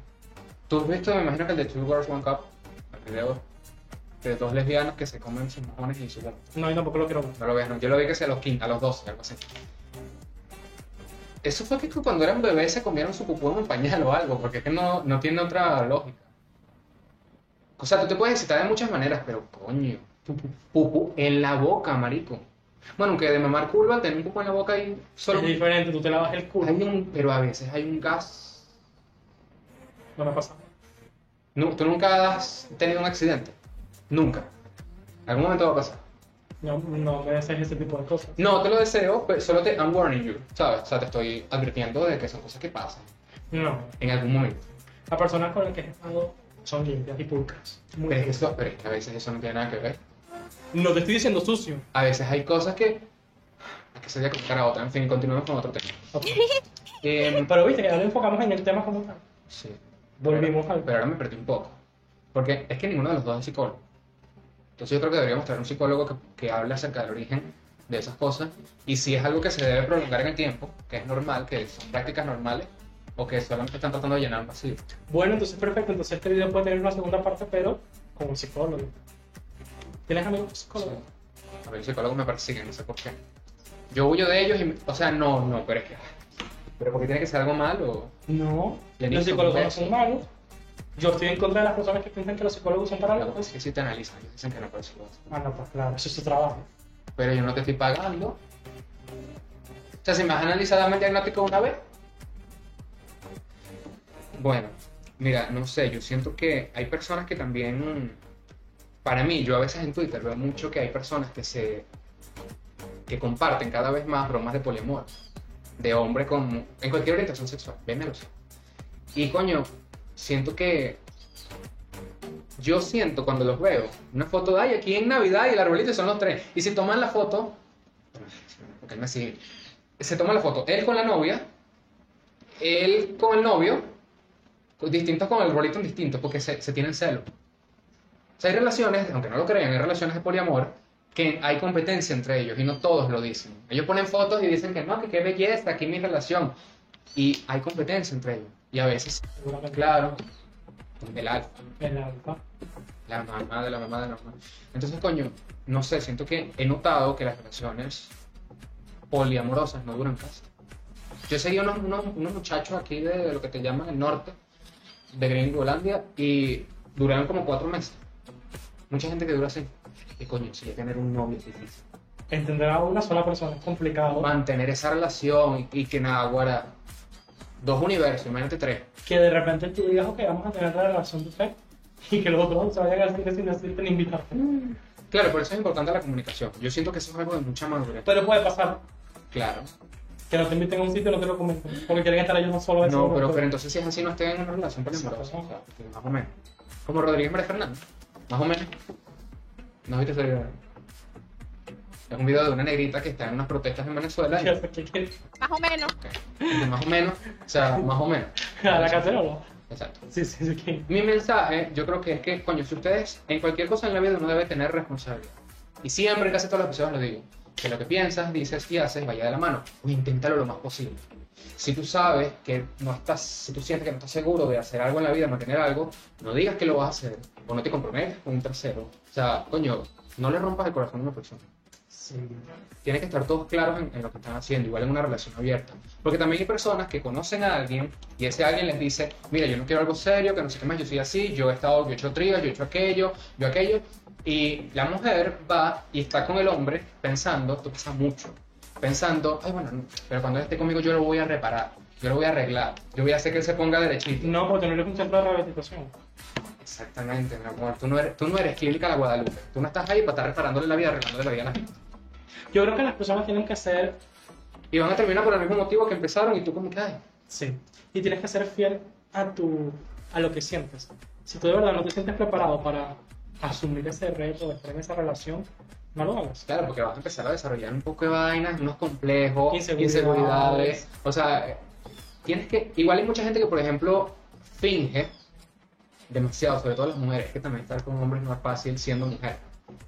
Tú has visto, me imagino que el de Two Girls One Cup, el video de dos lesbianas que se comen sus mojones y su vómito.
No, yo tampoco lo quiero ver.
No lo veas, no. Yo lo vi que sea a los 15, a los 12, algo así. Eso fue que cuando eran bebés se comieron su pupú en un pañal o algo, porque es que no, no tiene otra lógica. O sea, tú te puedes excitar de muchas maneras, pero coño, tu pu- pupú en la boca, marico. Bueno, aunque de mamar curva, tener un pupú en la boca y solo...
Es diferente, tú te lavas el culo.
Hay un, pero a veces hay un gas...
No me ha pasado.
No, tú nunca has tenido un accidente. Nunca. En algún momento va a pasar.
No, no me haces ese tipo de cosas.
No, te lo deseo, pero solo te I'm warning you, ¿sabes? O sea, te estoy advirtiendo de que son cosas que pasan
No.
en algún momento.
Las personas con las que he estado son limpias y pulcas. Muy
Pero es que,
bien.
eso, pero es que a veces eso no tiene nada que ver.
No te estoy diciendo sucio.
A veces hay cosas que... Es que se voy a contar a otra. En fin, continuamos con otro tema.
Ok.
Em,
Pero viste que ya nos enfocamos en el tema como tal.
sí.
Volvimos
Pero-
al-
Pero ahora me perdí un poco. Porque es que ninguno de los dos es psicólogo. Entonces yo creo que deberíamos traer un psicólogo que, que hable acerca del origen de esas cosas. Y si es algo que se debe prolongar en el tiempo, que es normal, que son prácticas normales, o que solamente están tratando de llenar un vacío.
Bueno, entonces perfecto. Entonces este video puede tener una segunda parte, pero con un psicólogo. ¿Tienes amigos psicólogos?
Sí. A ver, los psicólogos me persiguen, no sé por qué. Yo huyo de ellos y... me- O sea, no, no, pero es que... ¿Pero porque tiene que ser algo malo?
No.
Ya
Los
listo,
psicólogos no
pues.
son malos. Yo estoy en contra de las personas que piensan que los psicólogos son para
Claro, es
locos.
que sí te analizan, ellos dicen que no, pero sí lo hacen.
Ah, no, pues claro, eso es su trabajo.
Pero yo no te estoy pagando. O sea, si me vas a analizar, dame el diagnóstico una vez. Bueno, mira, no sé, yo siento que hay personas que también... Para mí, yo a veces en Twitter veo mucho que hay personas que se... que comparten cada vez más bromas de poliamor. De hombre con... en cualquier orientación sexual, vénmelos. Y coño, siento que... Yo siento cuando los veo, una foto de ay, aquí en Navidad y el arbolito y son los tres. Y se toman la foto, porque él me sigue. Se toma la foto, él con la novia, él con el novio, con- distintos con el arbolito en distinto, porque se, se tienen celo. O sea, hay relaciones, aunque no lo crean, hay relaciones de poliamor que hay competencia entre ellos y no todos lo dicen. Ellos ponen fotos y dicen que no, que qué belleza, aquí mi relación. Y hay competencia entre ellos. Y a veces,
Seguramente.
claro, el alfa
El alfa.
la mamá de la mamá de la mamá. Entonces, coño, no sé, siento que he notado que las relaciones poliamorosas no duran casi. Yo seguí unos, unos, unos muchachos aquí de, de lo que te llaman el norte, de Gringolandia, y duraron como cuatro meses. Mucha gente que dura así. Y coño, si ya tener un novio es difícil.
Entender a una sola persona es complicado.
Mantener esa relación y, y que nada, guarda. Dos universos, imagínate tres.
que de repente tú digas, ok, vamos a tener la relación de fe y que los otros se vayan al cine sin decirte ni invitarte.
Claro, por eso es importante la comunicación. Yo siento que eso es algo de mucha madurez.
Pero puede pasar
Claro.
que no te inviten a un sitio y no te lo comenten porque quieren estar ellos no solo
No, pero, pero entonces si es así no estoy en una relación poliamorosa.
Exacto.
o sea, Más o menos. Como Rodríguez María Fernández. Más o menos. No viste ese video. Es un video de una negrita que está en unas protestas en Venezuela. Y,
¿Qué quieres?
Más o menos.
y más o menos. O sea, más o menos.
¿A la cacerola?
Exacto.
Sí, sí, sí. que-
Mi mensaje, yo creo que es que, coño, si ustedes, en cualquier cosa en la vida uno debe tener responsabilidad. Y siempre, en casi todos los episodios lo digo, que lo que piensas, dices y haces vaya de la mano. O inténtalo lo más posible. Si tú sabes que no estás, si tú sientes que no estás seguro de hacer algo en la vida, mantener algo, no digas que lo vas a hacer. O no te comprometas con un tercero. O sea, coño, no le rompas el corazón a una persona.
Sí.
Tienen que estar todos claros en, en lo que están haciendo, igual en una relación abierta. Porque también hay personas que conocen a alguien y ese alguien les dice, mira, yo no quiero algo serio, que no sé qué más, yo soy así, yo he estado, yo he hecho tríos, yo he hecho aquello, yo aquello. Y la mujer va y está con el hombre pensando, esto pasa mucho, pensando, ay bueno, no, pero cuando él esté conmigo yo lo voy a reparar, yo lo voy a arreglar, yo voy a hacer que él se ponga derechito.
No, porque no eres un centro de rehabilitación.
Exactamente, mi amor, tú no eres, tú no eres Clínica La Guadalupe, tú no estás ahí para estar reparándole la vida, arreglándole la vida a la gente.
Yo creo que las personas tienen que ser,
Y van a terminar por el mismo motivo que empezaron y tú como que, ay,
sí, y tienes que ser fiel a tu, a lo que sientes. Si tú de verdad no te sientes preparado para asumir ese reto, de estar en esa relación, no lo hagas.
Claro, porque vas a empezar a desarrollar un poco de vainas, unos complejos,
Inseguridades.
inseguridades. O sea, tienes que. Igual hay mucha gente que, por ejemplo, finge demasiado, sobre todo las mujeres, que también estar con hombres no es fácil siendo mujer.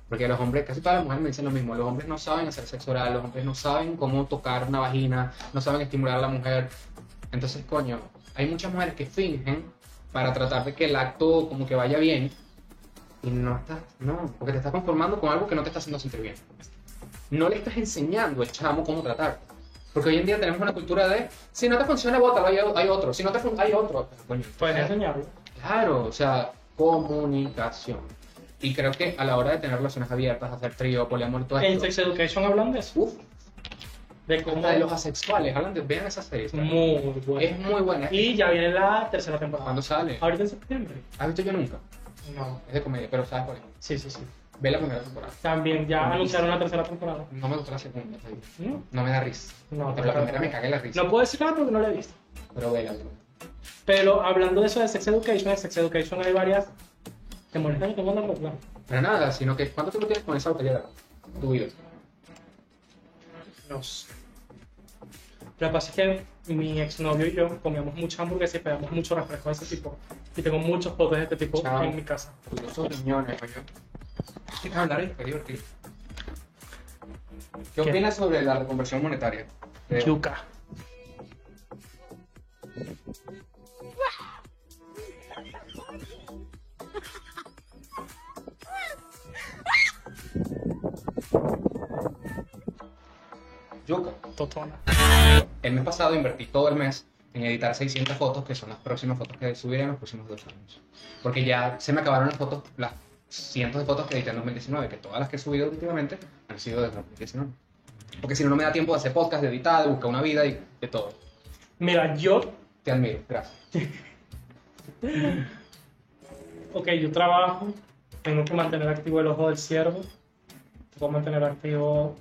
Porque los hombres, casi todas las mujeres me dicen lo mismo, los hombres no saben hacer sexo oral, los hombres no saben cómo tocar una vagina, no saben estimular a la mujer. Entonces, coño, hay muchas mujeres que fingen para tratar de que el acto como que vaya bien y no estás, no, porque te estás conformando con algo que no te está haciendo sentir bien. No le estás enseñando al chamo cómo tratar. Porque hoy en día tenemos una cultura de, si no te funciona, bótalo, hay, hay otro, si no te funciona, hay otro. Coño,
Puedes enseñarlo.
Claro, o sea, comunicación. Y creo que a la hora de tener relaciones abiertas, hacer trío, poliamor, todo
En
esto,
Sex Education hablan de eso,
uf,
de cómo...
hasta de los asexuales, hablan de, vean esa serie, está-
Muy
es
bueno.
muy buena. ¿Y
Y ya viene la tercera temporada.
cuándo sale?
Ahorita en septiembre.
¿Has visto yo nunca?
No.
Es de comedia, pero sabes cuál es.
Sí, sí, sí.
Ve la primera temporada.
También ya anunciaron la tercera temporada.
No me gustó la segunda, te digo.
No,
no me da risa.
No,
Pero la
pero-
primera me cagué la risa.
no pues. puedo decir nada porque no la he visto.
Pero vela, bro.
Pero hablando de eso de Sex Education, en Sex Education hay varias. ¿Te molesta que te mandan los planos?
Pero nada, sino que ¿cuánto tiempo tienes con esa botella de agua? Tu vida.
No sé. Lo que pasa es que mi exnovio y yo comíamos mucha hamburguesa y pegamos mucho refresco de ese tipo. Y tengo muchos potes de este tipo
Chao.
en mi casa.
Curiosos riñones, coño. Tienes que hablar y es divertido. ¿Qué,
¿Qué?
opinas sobre la reconversión monetaria? Eh,
Yuca.
Yuca.
Totona.
El mes pasado invertí todo el mes en editar 600 fotos, que son las próximas fotos que subiré en los próximos dos años. Porque ya se me acabaron las fotos, las cientos de fotos que edité en 2019, que todas las que he subido últimamente han sido de 2019. Porque si no, no me da tiempo de hacer podcast, de editar, de buscar una vida y de todo.
Mira, yo.
Te admiro, gracias.
Ok, yo trabajo. Tengo que mantener activo el ojo del ciervo. Tengo que mantener activo.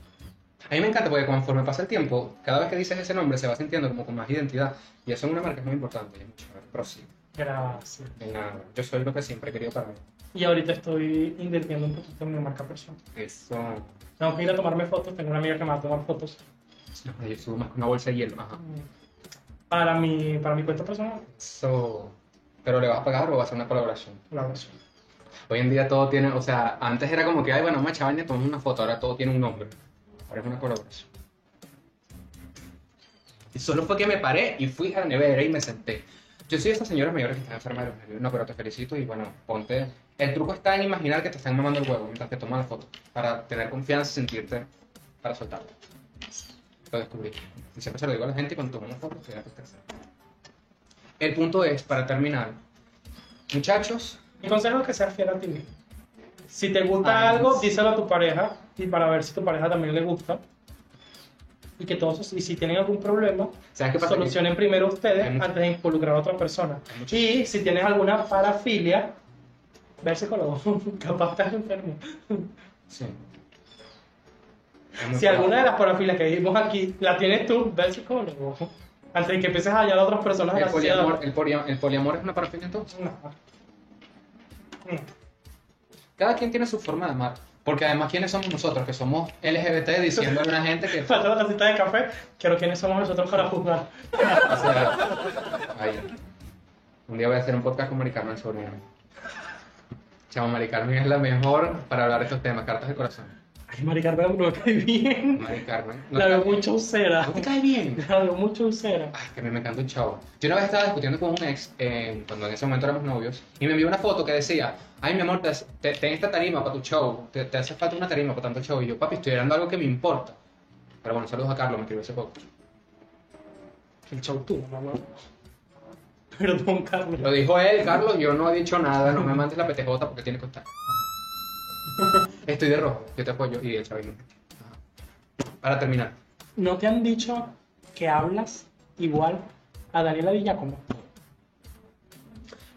A mí me encanta porque conforme pasa el tiempo, cada vez que dices ese nombre se va sintiendo como con más identidad. Y eso en una marca es muy importante. Y mucho, pero sí,
Gracias.
de nada. Yo soy lo que siempre he querido para mí.
Y ahorita estoy invirtiendo un poquito en mi marca personal.
Eso.
Tengo que ir a tomarme fotos. Tengo una amiga que me va a tomar fotos
Yo subo más que una bolsa de hielo. Ajá.
para mi, para mi cuenta personal.
Eso. Pero le vas a pagar o vas a hacer una colaboración.
La uso.
Hoy en día todo tiene, o sea, antes era como que, ay, bueno, macha vaina, tomamos una foto, ahora todo tiene un nombre. Ahora es una colaboración. Y solo fue que me paré y fui a la nevera y me senté. Yo soy de esas señoras mayores que están enfermas de los nervios. No, pero te felicito y bueno, ponte. El truco está en imaginar que te están mamando el huevo mientras te toman la foto. Para tener confianza y sentirte para soltarlo. Lo descubrí. Y siempre se lo digo a la gente cuando tomamos fotos, que era que estés. El punto es, para terminar, muchachos,
Mi consejo es que seas fiel a ti mismo. Si te gusta
Ay,
algo,
sí.
díselo a tu pareja y para ver si tu pareja también le gusta. Y que todos, y si tienen algún problema,
¿sabes qué pasa? Que-
solucionen primero ustedes
Hay mucho-
antes de involucrar a otra persona.
Hay mucho-
Y si tienes alguna parafilia, ver psicólogo. Capaz estás enfermo.
Sí. Es muy
Si
probable.
alguna de las parafilias que vimos aquí la tienes tú, ver psicólogo. Antes de que empieces a hallar a otras personas en la
El
sociedad.
poliamor, el, poliam- el poliamor es una parafilia entonces.
No. No.
Cada quien tiene su forma de amar. Porque además, ¿quiénes somos nosotros? Que somos LGBT diciendo a una gente que.
Falta la tacita de café, pero ¿quiénes somos nosotros para juzgar?
o sea, ay. un día voy a hacer un podcast con Mari Carmen sobre mí. Chamo, Mari Carmen es la mejor para hablar de estos temas. Cartas de corazón.
Ay, Mari Carmen, no me cae bien.
Mari Carmen. no
La
te-
veo mucho usera.
¿No te cae bien?
La veo mucho usera.
Ay, que a mí me encanta un chavo. Yo una vez estaba discutiendo con un ex, eh, cuando en ese momento éramos novios, y me envió una foto que decía, ay, mi amor, te, te, ten esta tarima para tu show, te, te hace falta una tarima para tanto show. Y yo, papi, estoy dando algo que me importa. Pero bueno, saludos a Carlos, me escribió hace poco.
El chau tú, mamá. Perdón, Carlos.
Lo dijo él, Carlos, yo no he dicho nada, no me mandes la PTJ porque tiene que estar. Estoy de rojo, yo te apoyo. Y el chavismo. Ajá. Para terminar.
¿No te han dicho que hablas igual a Daniela Villacomo?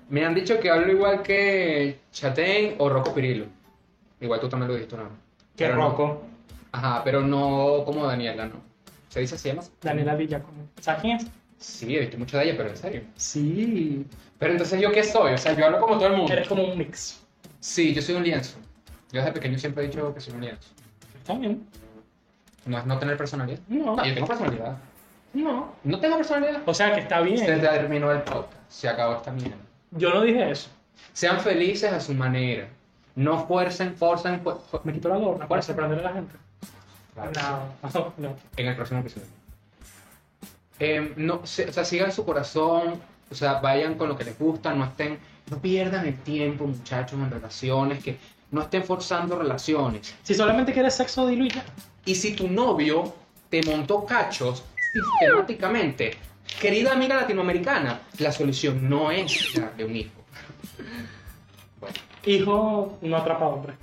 Me han dicho que hablo igual que Chatein o Rocco Pirillo. Igual tú también lo dijiste, ¿no?
Que
Pero no-
Rocco,
Ajá, pero no como Daniela, ¿no? ¿Se dice así además?
Daniela Villacomo. ¿Sabes quién es?
Sí, he visto mucho de ella, pero en serio.
Sí.
Pero entonces, ¿yo qué soy? O sea, yo hablo como todo el mundo.
Eres como un mix.
Sí, yo soy un lienzo. Yo desde pequeño siempre he dicho que soy un lienzo.
¿Está bien?
No es no tener personalidad.
No.
Ah, yo tengo personalidad.
No.
No tengo personalidad.
O sea que está
Se
bien.
terminó el podcast. Se acabó esta mierda.
Yo no dije eso.
Sean felices a su manera. No fuercen, fuercen, fuer- fuer-
Me quito la gorra para
¿Cuál?
sorprender a la gente. No, no.
En el próximo episodio. Em, no, se- o sea, sigan su corazón. O sea, vayan con lo que les gusta. No estén. No pierdan el tiempo, muchachos, en relaciones. Que no estén forzando relaciones.
Si solamente quieres sexo, dilo y ya.
Y si tu novio te montó cachos sistemáticamente, querida amiga latinoamericana, la solución no es darle un hijo. Bueno,
Hijo no atrapa hombre.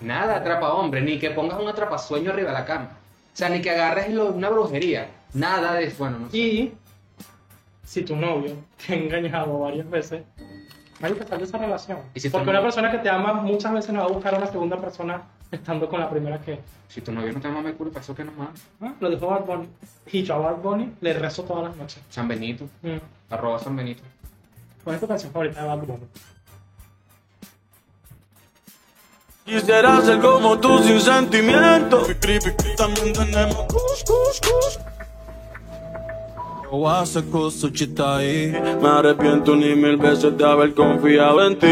nada atrapa hombre, ni que pongas un atrapasueño arriba de la cama. O sea, ni que agarres lo- una brujería. Nada de eso. Bueno, no sé.
Y si tu novio te ha engañado varias veces, marico, sal de esa relación.
¿Y si tu
Porque una
novio-
persona que te ama muchas veces no va a buscar a una segunda persona estando con la primera que...
Si tu novio no te mama el culo, pasó que no más.
¿Ah? Lo dijo Bad Bunny. Y yo a Bad Bunny le rezo todas las noches.
San Benito,
Mm.
arroba San Benito.
¿Cuál es tu canción favorita de Bad Bunny?
Quisiera ser como tú sin sentimiento. Creepy, creepy, También tenemos cus, cus, cus. O hace cosas ahí. Me arrepiento ni mil veces de haber confiado en ti.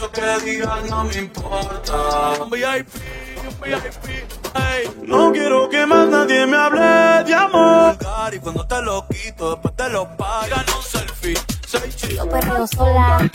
Lo que digas no me importa. Un VIP, un VIP. ey. No quiero que más nadie me hable de amor. Y cuando te lo quito, después te lo pagan un selfie. Seis chicas.
Yo perreo sola.